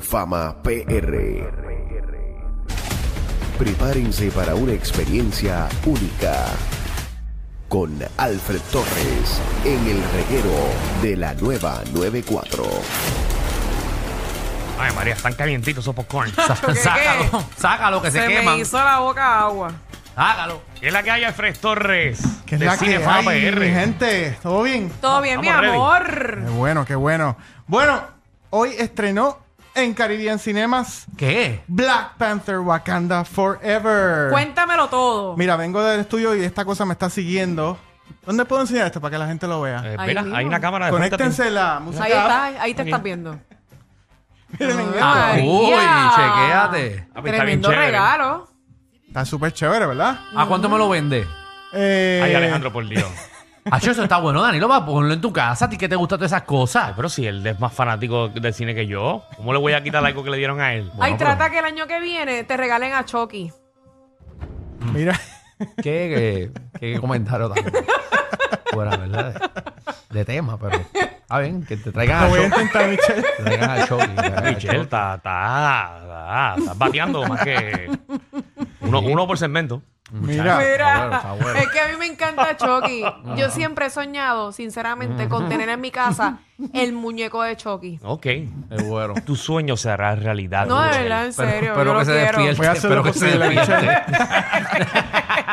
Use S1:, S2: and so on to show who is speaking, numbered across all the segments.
S1: Cinefama PR. Prepárense para una experiencia única con Alfred Torres en el reguero de la nueva 94.
S2: Ay, María, están calientitos esos popcorn.
S3: ¿Qué, qué?
S4: Sácalo, sácalo, que se,
S3: Se
S4: queman.
S3: me hizo la boca agua.
S4: Sácalo.
S2: ¿Qué es la que hay, Alfred Torres?
S5: ¿Qué es
S2: de
S5: la que
S2: Cinefama
S5: hay,
S2: PR.
S5: mi gente? ¿Todo bien?
S4: Ah,
S3: Todo bien, mi
S2: estamos ready.
S5: Qué
S3: amor.
S5: bueno, qué bueno. Bueno, hoy estrenó en Caribbean Cinemas
S4: ¿Qué?
S5: Black Panther Wakanda Forever.
S3: Cuéntamelo todo.
S5: Mira, vengo del estudio y esta cosa me está siguiendo. ¿Dónde puedo enseñar esto para que la gente lo vea?
S2: Eh,
S3: Ay,
S2: mira,
S3: Dios.
S2: hay una cámara de frente a ti.
S5: Conéctense la música.
S3: Ahí está, ahí te estás viendo.
S5: Miren esto.
S3: Ay,
S4: Ah, Uy,
S3: ya.
S4: chequéate.
S2: Ah, pues está bien
S3: Tremendo
S2: chévere.
S3: regalo.
S5: Está súper chévere, ¿verdad?
S4: ¿A cuánto me lo vende?
S5: Eh,
S2: Ay, Alejandro, por Dios.
S4: Hacho, eso está bueno, Danilo, va, ponlo en tu casa. ¿A ti que te gustan todas esas cosas?
S2: Pero si él es más fanático del cine que yo, ¿cómo le voy a quitar algo que le dieron a él?
S3: Ahí
S4: pero-
S3: trata que el año que viene te regalen a Chucky.
S5: Mira,
S4: ¿Qué, qué, qué comentario tan fuera, ¿verdad? De, de tema, pero... Está bien, que te traigan
S5: lo
S4: a
S5: voy a
S4: Chucky.
S5: intentar, Michelle.
S4: Te traigan a Chucky, te traigan a
S2: Michelle,
S4: Chucky.
S2: está, está, está, está bateando más que uno, uno por segmento.
S5: Mira.
S3: Mira,
S4: está bueno, está bueno.
S3: es que a mí me encanta Chucky. Yo siempre he soñado, sinceramente, con tener en mi casa el muñeco de Chucky.
S2: Ok.
S4: Es bueno.
S2: Tu sueño será realidad.
S3: No, de
S2: Michelle.
S3: verdad, en
S4: Ah, Pero-
S3: serio.
S4: pero
S3: yo
S4: que
S3: lo
S4: se
S3: quiero.
S4: despierte.
S5: Voy a hacer
S4: Pero
S5: lo
S4: que se
S5: posible,
S4: despierte.
S5: Michelle.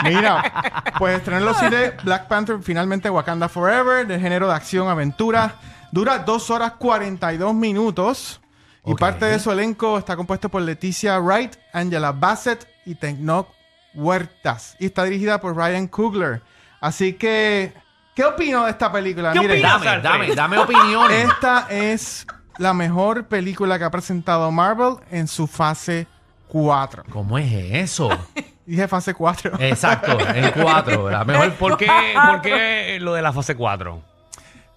S5: Mira, pues estrenó en los cines Black Panther, finalmente Wakanda Forever, de género de acción, aventura. Dura 2 horas 42 minutos. Y
S4: Ok.
S5: parte de su elenco está compuesto por Leticia Wright, Angela Bassett y Tecnoc Huertas. Y está dirigida por Ryan Coogler. Así que, ¿qué opino de esta película?
S2: ¿Qué
S5: Miren,
S2: opinas?
S4: Dame, dame, dame opiniones.
S5: esta es la mejor película que ha presentado Marvel en su fase 4.
S4: ¿Cómo es eso?
S5: Dije fase 4.
S4: Exacto, en cuatro. La mejor
S2: ¿Por qué, ¿Por qué lo de la fase 4?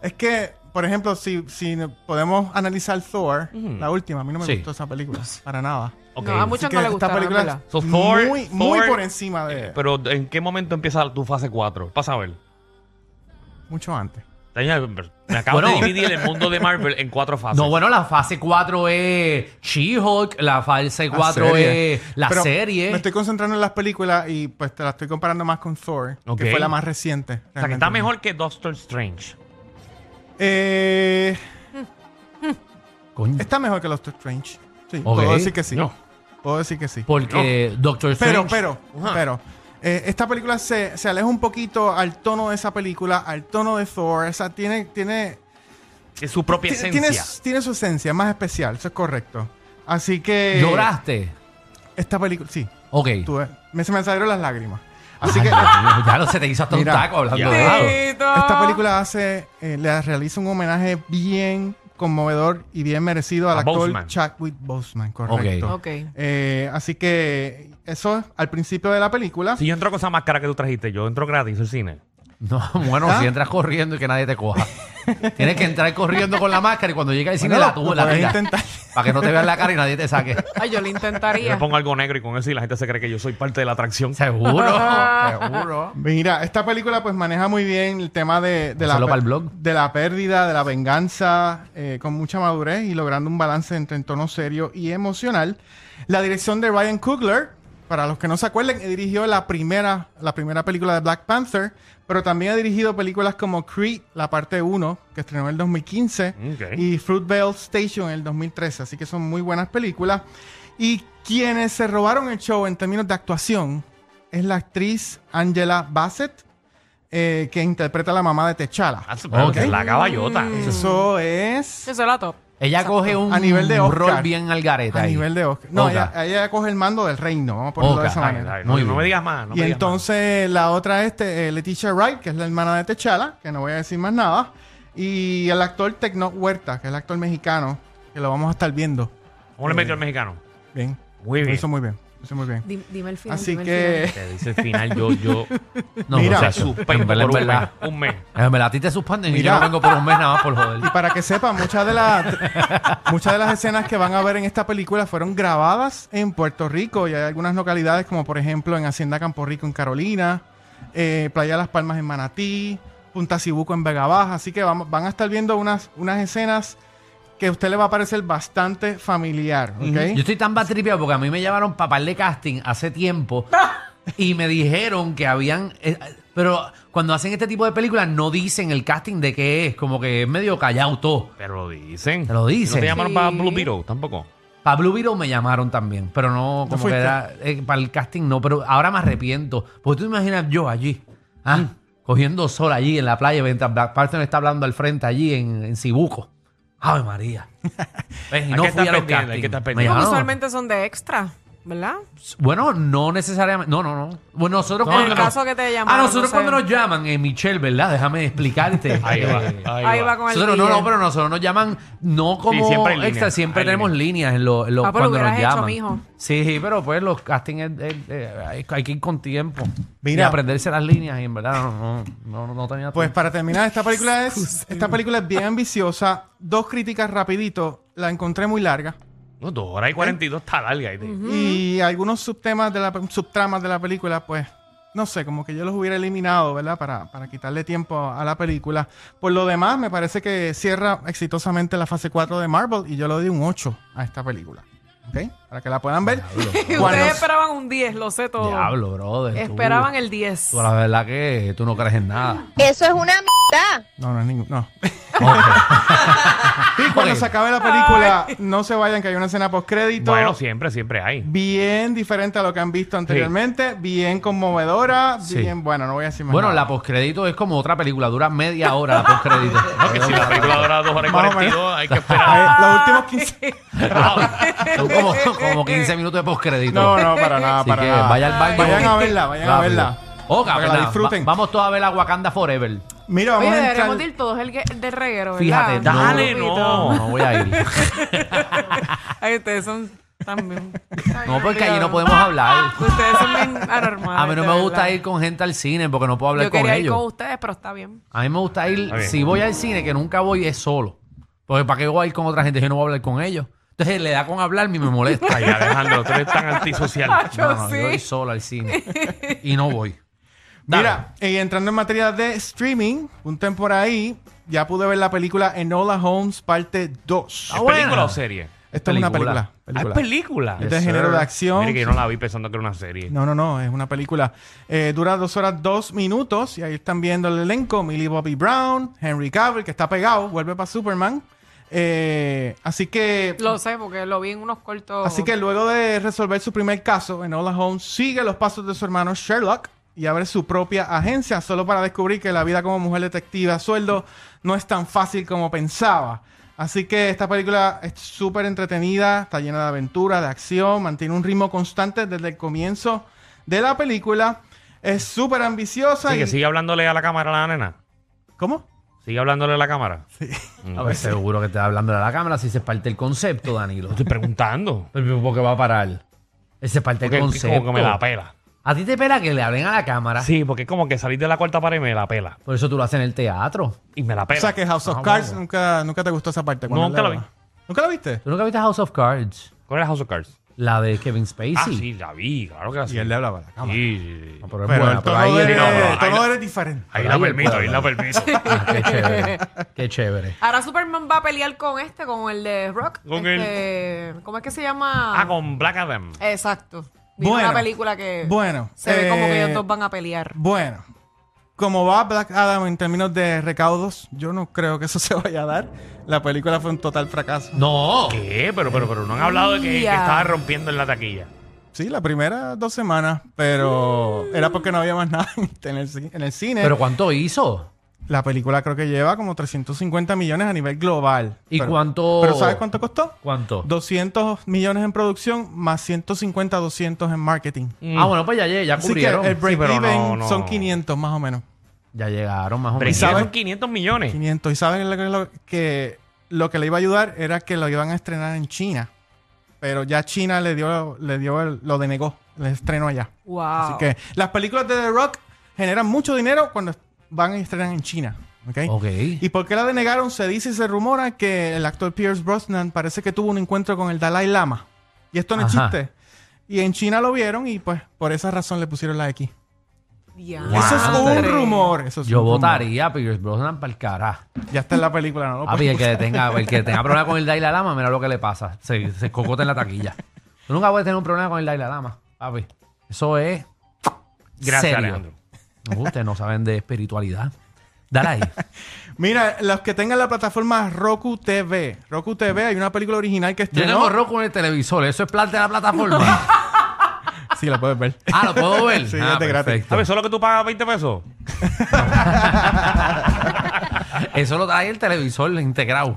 S5: Es que, por ejemplo, si, si podemos analizar Thor, la última, a mí no me
S4: Sí.
S5: gustó esa película, para nada.
S2: Ok.
S3: No, a
S5: Así
S3: muchos
S5: que
S3: no les
S5: esta
S3: gustaron,
S5: película
S3: ¿verdad?
S5: es
S2: So, Thor-
S5: muy, muy
S2: Thor-
S5: por encima de...
S2: Eh, Pero ¿en qué momento empieza tu fase 4? Pasa a ver.
S5: mucho antes.
S2: Daniel, Me acabo
S4: Bueno.
S2: de dividir el mundo de Marvel en cuatro fases.
S4: No, bueno, la fase 4 es She-Hulk, la fase 4
S5: serie.
S4: es la
S5: Pero
S4: serie.
S5: Me estoy concentrando en las películas y pues te la estoy comparando más con Thor,
S2: Ok.
S5: que fue la más reciente.
S2: o sea, que está mejor que Doctor Strange.
S5: Eh,
S4: Coño,
S5: está mejor que Doctor Strange. Sí,
S4: Ok.
S5: puedo decir que sí.
S2: No.
S5: Puedo decir que sí.
S4: porque Doctor Strange.
S5: Oh, Pero, pero, pero. eh, esta película se, se aleja un poquito al tono de esa película, al tono de Thor. O sea, tiene, tiene,
S2: Es su propia
S5: tiene,
S2: esencia.
S5: tiene, tiene su esencia más especial, eso es correcto. Así que.
S4: ¿Lloraste?
S5: Esta película, sí,
S4: Ok.
S5: tuve- me, se me salieron las lágrimas. Así que
S4: Ay, ya lo se te hizo hasta
S5: Mira.
S4: un taco hablando
S2: Ya.
S4: de algo.
S3: Tito.
S5: esta película hace, eh, le realiza un homenaje bien conmovedor y bien merecido al
S2: A
S5: actor
S2: Boseman.
S5: Chadwick Boseman, correcto.
S3: Ok.
S5: Eh, así que eso es al principio de la película.
S2: Si yo entro con esa máscara que tú trajiste, yo entro gratis al cine.
S4: No, bueno,
S5: ¿Ah?
S4: si entras corriendo y que nadie te coja. Tienes que entrar corriendo con la máscara y cuando llega al cine
S5: Bueno,
S4: la
S5: lo-
S4: tuvo
S5: lo
S4: la
S5: puedes
S4: vida.
S5: intentar.
S4: Para que no te vean la cara y nadie te saque.
S3: Ay, yo lo
S2: Yo
S3: intentaría.
S2: me pongo algo negro y con eso y la gente se cree que yo soy parte de la atracción.
S4: Seguro, seguro.
S5: Mira, esta película pues maneja muy bien el tema de, de, la,
S4: Pásalo pa'l
S5: per-
S4: blog.
S5: de la pérdida, de la venganza, eh, con mucha madurez y logrando un balance entre entorno serio y emocional. La dirección de Ryan Coogler, para los que no se acuerden, eh, dirigió la primera, la primera película de Black Panther, pero también ha dirigido películas como Creed, la parte 1, que estrenó en el 2015,
S2: Ok.
S5: y Fruitvale Station en el 2013, así que son muy buenas películas. Y quienes se robaron el show en términos de actuación es la actriz Angela Bassett, eh, que interpreta a la mamá de T'Challa.
S2: Ah, pero
S4: Ok.
S2: La caballota.
S5: Mm. Eso es
S3: Yo soy la top.
S4: Ella coge un
S5: A nivel de Oscar.
S4: rol bien al garete
S5: a
S4: ahí.
S5: nivel de Oscar. No,
S4: Oka.
S5: ella, ella coge el mando del reino, vamos a ponerlo
S4: Oka.
S5: de esa
S2: Ay,
S5: manera.
S2: ay, no,
S4: Muy
S2: no
S4: bien.
S2: me digas más. no
S5: y
S2: me digas
S5: entonces la otra es este, eh, Leticia Wright, que es la hermana de Techala, que no voy a decir más nada. Y el actor Tecno Huerta, que es el actor mexicano, que lo vamos a estar viendo.
S2: más. ¿Cómo le metió el mexicano?
S5: Bien.
S2: Muy
S5: Lo
S2: bien.
S5: hizo muy bien. Lo hizo muy bien.
S3: Di- Dime el final.
S5: Así
S3: dime el
S5: que.
S2: Te dice el final, yo, yo
S4: No,
S5: Mira.
S4: no
S2: te
S4: sé, en
S2: suspendo
S4: verdad, en
S2: por un mes,
S4: verdad.
S2: un mes.
S4: En verdad, a ti te suspenden y yo
S5: Mira.
S4: no vengo por un mes nada más por joder.
S5: Y para que sepan, muchas de, las muchas de las escenas que van a ver en esta película fueron grabadas en Puerto Rico y hay algunas localidades como por ejemplo en Hacienda Campo Rico en Carolina, eh, Playa Las Palmas en Manatí, Punta Cibuco en Vega Baja, así que vam- van, a estar viendo unas, unas escenas que a usted le va a parecer bastante familiar, ¿ok?
S4: Yo estoy tan batripeado porque a mí me llamaron para par de casting hace tiempo y me dijeron que habían. eh, pero cuando hacen este tipo de películas no dicen el casting de qué es, como que es medio callado todo.
S2: Pero lo dicen.
S4: Te lo dicen.
S2: No te llamaron
S3: Sí.
S2: para Blue Beetle tampoco.
S4: Para Blue Beetle me llamaron también, pero no, como que
S5: fuiste?
S4: era. eh, para el casting no, pero ahora me arrepiento. Porque tú te imaginas yo allí, ah,
S2: Mm.
S4: cogiendo sol allí en la playa mientras Black Panther está hablando al frente allí en, en Cibuco. ¡Ave María! Ves,
S2: Hay
S4: y no
S2: que
S4: fui
S2: estar
S4: a los
S2: pendiente, hay que
S4: castings.
S2: estar
S4: Me
S2: pendiente.
S4: llamaron.
S3: Porque usualmente son de extra, ¿verdad?
S4: Bueno, no necesariamente. No, no, no. Bueno, nosotros
S3: En el caso que te llamaron,
S4: Ah, nosotros
S3: no sé.
S4: cuando nos llaman, eh, Michelle, ¿verdad? Déjame explicarte.
S2: Ahí va.
S4: Eh,
S2: Ahí,
S3: Ahí
S2: va.
S3: va con el
S4: Nosotros no,
S3: DJ.
S4: no, pero nosotros nos llaman no como
S2: siempre hay
S4: extra,
S2: líneas,
S4: siempre
S2: hay
S4: tenemos líneas en los en los-
S3: Ah, pero
S4: cuando nos
S3: hubieras hecho,
S4: llaman.
S3: mijo.
S4: Sí, pero pues los castings es- es- es- hay, hay que ir con tiempo.
S5: Mira.
S4: Y aprenderse las líneas y en verdad no, no, no, no tenía
S5: Pues
S4: tiempo.
S5: para terminar, esta película es, esta película es bien ambiciosa. Dos críticas rapidito, la encontré muy larga.
S2: No, dos horas y cuarenta y dos está larga. ahí te-
S5: Y algunos subtemas de la subtramas de la película, pues, no sé, como que yo los hubiera eliminado, ¿verdad? Para, para quitarle tiempo a la película. Por lo demás, me parece que cierra exitosamente la fase 4 de Marvel y yo le doy un 8 a esta película. ¿Ok? Para que la puedan ver.
S3: Ustedes
S5: Cuando-
S3: esperaban un 10, lo sé todo.
S4: Diablo, brother.
S3: Esperaban
S4: tú,
S3: el 10.
S4: tú, la verdad que tú no crees en nada.
S6: Eso es una mierda.
S5: No, no es ningún. No.
S4: Y
S5: Cuando se acabe la película, no se vayan, que hay una escena postcrédito.
S2: Bueno, siempre, siempre hay.
S5: Bien diferente a lo que han visto anteriormente, bien conmovedora,
S4: Sí.
S5: bien, bueno, no voy a decir más.
S4: Bueno,
S5: nada.
S4: la postcrédito es como otra película, dura media hora la postcrédito.
S2: No, que si la película dura dos horas y
S5: Más o
S2: cuarenta y dos, hay que esperar.
S5: Eh, los últimos 15.
S4: Son como, como 15 minutos de postcrédito.
S5: No, no, para nada,
S4: Así
S5: para
S4: que
S5: nada.
S4: vaya al baño.
S5: Vayan a verla, vayan a
S4: Rápido.
S5: verla.
S4: Oh,
S5: Para que
S4: cabrón,
S5: la disfruten.
S4: va- vamos todos a ver la Wakanda Forever.
S5: Mira,
S3: Oye,
S5: vamos a
S3: deberíamos
S5: entrar.
S3: de ir todos el, gue- del reguero, ¿verdad?
S4: Fíjate, no.
S2: Dale, no.
S4: No, no voy a ir.
S3: Ay, ustedes son también.
S4: No, porque allí no podemos hablar.
S3: Ustedes son bien anormales.
S4: A mí no
S3: de
S4: me gusta
S3: verdad.
S4: ir con gente al cine porque no puedo hablar
S3: Yo
S4: con
S3: quería ir
S4: ellos.
S3: con ustedes, pero está bien.
S4: A mí me gusta ir,
S2: bien.
S4: si voy al cine, que nunca voy, es solo. Porque ¿para qué voy a ir con otra gente? Yo no voy a hablar con ellos. Entonces le da con hablarme y me molesta.
S2: Ay, Alejandro, tú eres tan
S5: Ah,
S2: antisocial.
S4: No,
S3: Yo
S4: no,
S3: sí.
S4: yo voy solo al cine. Y no voy. Dale.
S5: Mira, eh, entrando en materia de streaming, un tiempo por ahí, ya pude ver la película Enola Holmes parte 2.
S4: Ah,
S2: ¿Es
S4: buena.
S2: película o serie?
S5: Esta es una
S4: película.
S5: película.
S2: Ah, ¿Es
S5: película.
S2: película?
S5: Es
S4: Yes,
S5: de
S4: sir.
S5: género de acción.
S2: Mire que yo no la vi pensando que era una serie.
S5: No, no, no, es una película. Eh, dura dos horas, dos minutos. Y ahí están viendo el elenco: Millie Bobby Brown, Henry Cavill, que está pegado, vuelve para Superman. Eh, así que.
S3: Lo sé, porque lo vi en unos cortos.
S5: Así que luego de resolver su primer caso, Enola Holmes sigue los pasos de su hermano Sherlock y abre su propia agencia solo para descubrir que la vida como mujer detective a sueldo no es tan fácil como pensaba. Así que esta película es súper entretenida, está llena de aventura, de acción, mantiene un ritmo constante desde el comienzo de la película. Es súper ambiciosa
S2: Sí, que
S5: y...
S2: sigue hablándole a la cámara a la nena.
S5: ¿Cómo?
S2: Sigue hablándole a la cámara. Mm,
S4: A ver, seguro que te está hablando a la cámara si se parte el concepto, Danilo.
S2: Estoy preguntando.
S4: Pero, Porque va a parar. Ese es parte
S2: Porque
S4: del
S2: es
S4: concepto.
S2: como que me la pela.
S4: A ti te pela que le hablen a la
S5: Ah.
S4: cámara.
S2: Sí, porque es como que salir de la cuarta pared y me la pela.
S4: Por eso tú lo haces en el teatro.
S2: Y me la
S5: O
S2: pela.
S5: sea que House of
S4: Ah,
S5: Cards
S4: bueno.
S5: nunca, nunca te gustó esa parte. cuando
S2: Nunca
S5: la-
S2: la vi.
S5: ¿Nunca la viste?
S4: ¿Tú nunca viste House of Cards?
S2: ¿Cuál era House of Cards?
S4: La de Kevin Spacey.
S2: Ah, sí, la vi. Claro que la
S5: Y
S2: sí.
S5: él le hablaba a la cámara. Ah,
S2: Sí, sí, sí.
S4: No, pero es
S5: Pero
S4: buena,
S5: el
S4: pero
S5: tono,
S4: ahí
S5: de-
S4: él-
S2: no, pero
S5: el tono
S2: ahí-
S5: de él es diferente.
S2: Ahí
S4: Pero
S2: la
S4: ahí él
S2: permito,
S4: puede
S2: ahí la permito.
S4: Ah, qué chévere. Qué
S5: Eh.
S4: chévere.
S3: Ahora Superman va a pelear con este, con el de Rock.
S2: Con
S3: este, ¿Cómo es que se llama?
S2: Ah, con Black Adam.
S3: Exacto. Vi
S5: Bueno,
S3: una película que
S5: bueno,
S3: se ve como que
S5: eh,
S3: ellos dos van a pelear.
S5: Bueno, como va Black Adam en términos de recaudos, yo no creo que eso se vaya a dar. La película fue un total fracaso.
S4: No.
S2: ¿Qué? Pero, pero, pero no han hablado de que, que
S3: Oh. Ya.
S2: estaba rompiendo en la taquilla.
S5: Sí, la primera dos semanas, pero era porque no había más nada en el, ci- en el cine.
S4: ¿Pero cuánto hizo?
S5: la película creo que lleva como 350 millones a nivel global.
S4: ¿Y
S5: Pero-
S4: cuánto-
S5: ¿Pero sabes cuánto costó?
S4: ¿Cuánto?
S5: 200 millones en producción más 150, 200 en marketing.
S2: Mm.
S4: Ah, bueno, pues ya, lle- ya
S5: Así que
S4: cubrieron.
S5: el break
S2: pero
S5: even
S2: no, no.
S5: son 500 más o menos.
S4: Ya llegaron más o
S2: Pero ¿y
S4: menos.
S5: ¿sabes?
S2: son 500 millones.
S5: 500. ¿Y saben lo que, lo que lo que le iba a ayudar era que lo iban a estrenar en China? Pero ya China le dio, le dio el- lo denegó, le estrenó allá.
S3: Wow.
S5: Así que las películas de The Rock generan mucho dinero cuando van y estrenan en China. ¿ok?
S4: Ok.
S5: ¿Y por qué la denegaron? Se dice y se rumora que el actor Pierce Brosnan parece que tuvo un encuentro con el Dalai Lama. Y esto no es
S4: Ajá.
S5: chiste. Y en China lo vieron y pues por esa razón le pusieron la X.
S3: Diantre.
S5: Eso es un rumor. Eso es
S4: Yo
S5: un rumor.
S4: votaría a Pierce Brosnan para el carajo.
S5: Ya está en la película, no lo
S4: Papi, el que tenga, el que tenga problema con el Dalai Lama, mira lo que le pasa. Se, se cocota en la taquilla. Tú nunca puedes tener un problema con el Dalai Lama, papi. Eso es.
S2: Gracias,
S4: serio.
S2: Alejandro.
S4: Uh, Ustedes no saben de espiritualidad. Dale ahí.
S5: Mira, los que tengan la plataforma Roku TV. Roku TV, hay una película original que
S4: Yo
S5: estrenó.
S4: tengo rojo en el televisor. Eso es plan de la plataforma.
S5: Sí, la puedes ver.
S4: Ah, ¿lo puedo ver?
S5: Sí,
S4: Ah,
S5: es de gratis.
S4: perfecto.
S2: ¿Sabes? Solo que tú pagas 20 pesos.
S4: Eso lo trae el televisor integrado.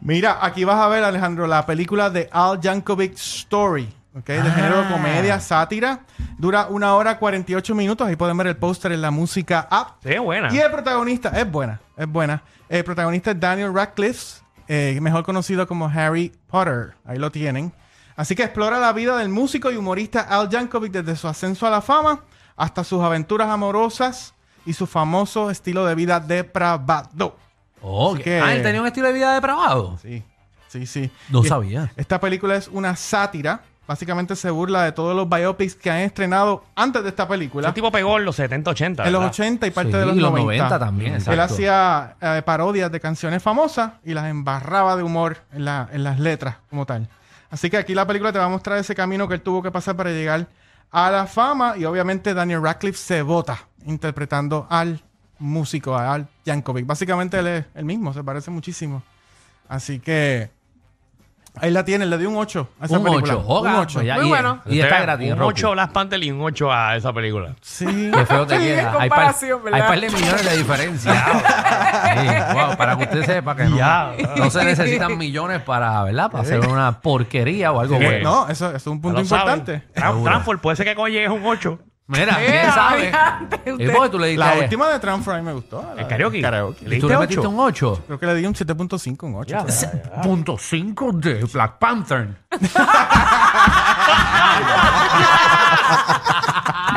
S5: Mira, aquí vas a ver, Alejandro, la película de Al Jankovic Story. ¿ok? De
S4: Ah.
S5: género comedia, sátira. Dura una hora 48 minutos. Ahí pueden ver el póster en la música app.
S2: Sí, es buena.
S5: Y el protagonista, es buena, es buena. El protagonista es Daniel Radcliffe, eh, mejor conocido como Harry Potter. Ahí lo tienen. Así que explora la vida del músico y humorista Al Jankovic desde su ascenso a la fama hasta sus aventuras amorosas y su famoso estilo de vida depravado.
S4: Oh,
S5: Así que-
S4: Ah, él tenía un estilo de vida depravado.
S5: Sí, sí, sí.
S4: No
S5: Y-
S4: sabía.
S5: Esta película es una sátira. Básicamente se burla de todos los biopics que han estrenado antes de esta película.
S2: Ese tipo pegó en los 70, 80.
S5: En los
S2: ¿verdad?
S5: 80 y parte
S4: Sí,
S5: de los,
S4: y los
S5: 90.
S4: 90 también,
S5: Él
S4: exacto.
S5: hacía eh, parodias de canciones famosas y las embarraba de humor en, la- en las letras como tal. Así que aquí la película te va a mostrar ese camino que él tuvo que pasar para llegar a la fama y obviamente Daniel Radcliffe se vota interpretando al músico, a Al Yankovic. Básicamente él es el mismo, se parece muchísimo. Así que ahí la tienen, le di un 8 a esa
S4: Un
S5: película.
S4: 8. Oga,
S5: un 8.
S4: pues ya-
S3: Muy
S4: y-
S3: bueno.
S4: Y está
S2: Ustedes,
S4: gratis. en
S2: Un
S4: Roku.
S2: 8 a Black Panther y un 8 a esa película.
S5: Sí.
S4: Qué feo te
S3: Sí,
S4: queda.
S3: en
S4: Hay par,
S3: comparación, ¿verdad?
S4: hay par de millones de diferencia. Sí, wow, para que usted sepa que no,
S2: Ya.
S4: no se necesitan millones para, ¿verdad? Para hacer una porquería o algo
S2: Sí.
S4: bueno.
S5: No, eso, eso es un punto
S2: Ya lo saben.
S5: importante.
S2: Tran-
S4: Seguro.
S2: Transform, puede ser que coye es un 8.
S4: Mira,
S3: Eh,
S4: quién sabe. Eh, pues,
S3: adiante,
S4: ¿Y
S3: usted.
S4: por qué tú le diste
S5: La
S4: a-
S5: última de Transform me gustó. la
S2: El
S5: de
S2: karaoke.
S5: karaoke.
S2: ¿Le
S4: ¿Tú
S2: diste
S4: le metiste
S2: 8?
S4: un 8?
S5: Creo que le di un 7.5, un 8.
S2: Ya, ya, ya.
S4: Punto 5 de Black Panther.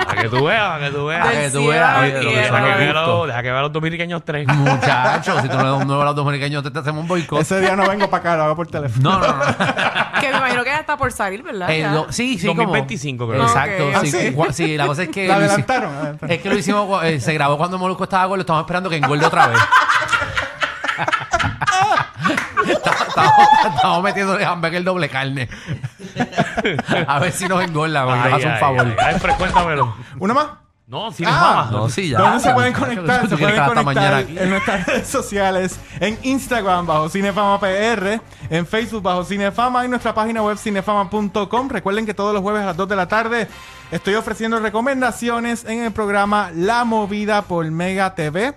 S2: Para que tú veas, para que tú veas.
S3: Del
S4: que tú
S3: cielo
S4: veas,
S3: a la
S4: oye, lo que
S3: tierra.
S2: Deja que
S4: saca
S2: vea
S4: gusto.
S2: los- Deja que vea los dominicanos 3.
S4: Ah, Muchachos, si tú no le das un 9 a los dominicaños, te, te hacemos un boicot.
S5: Ese día no vengo para acá, lo hago por teléfono.
S4: No, no, no.
S3: Que me imagino que ya está por salir, ¿verdad?
S4: El
S3: Ya.
S4: do- sí, sí,
S2: 2025
S4: como...
S2: creo.
S4: Exacto.
S3: Ok.
S5: Ah,
S4: sí,
S5: ¿sí?
S4: cua- sí, Eh, la cosa es que...
S5: La
S4: lo hici-
S5: adelantaron. la adelantaron.
S4: Es que lo hicimos, cu- eh, se grabó cuando Molusco estaba gordo, estamos esperando que engorde otra vez. estamos, estamos- estamos metiéndole hamburger doble carne. a ver si nos engorda, güey, nos hace un favor.
S2: Ay, ay, pero cuéntamelo.
S5: ¿Una más.
S2: No, si
S5: Ah,
S2: ah,
S4: No, eh, sí, ya.
S5: ¿Dónde se
S4: Ya,
S5: pueden
S4: ya,
S5: conectar?
S4: tú
S5: Se pueden
S4: quieres estar hasta mañana
S5: conectar
S4: aquí.
S5: en nuestras redes sociales, en Instagram bajo Cinefama PR, en Facebook bajo Cinefama y en nuestra página web cinefama.com. Recuerden que todos los jueves a las 2 de la tarde estoy ofreciendo recomendaciones en el programa La Movida por Mega TV.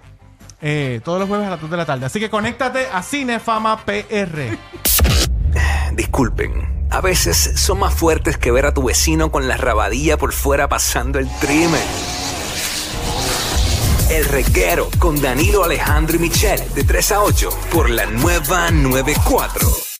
S5: eh, todos los jueves a las 2 de la tarde. Así que conéctate a Cinefama PR.
S6: Disculpen, a veces son más fuertes que ver a tu vecino con la rabadilla por fuera pasando el trimen. El reguero con Danilo Alejandro y Michel de 3 a 8 por la nueva 94.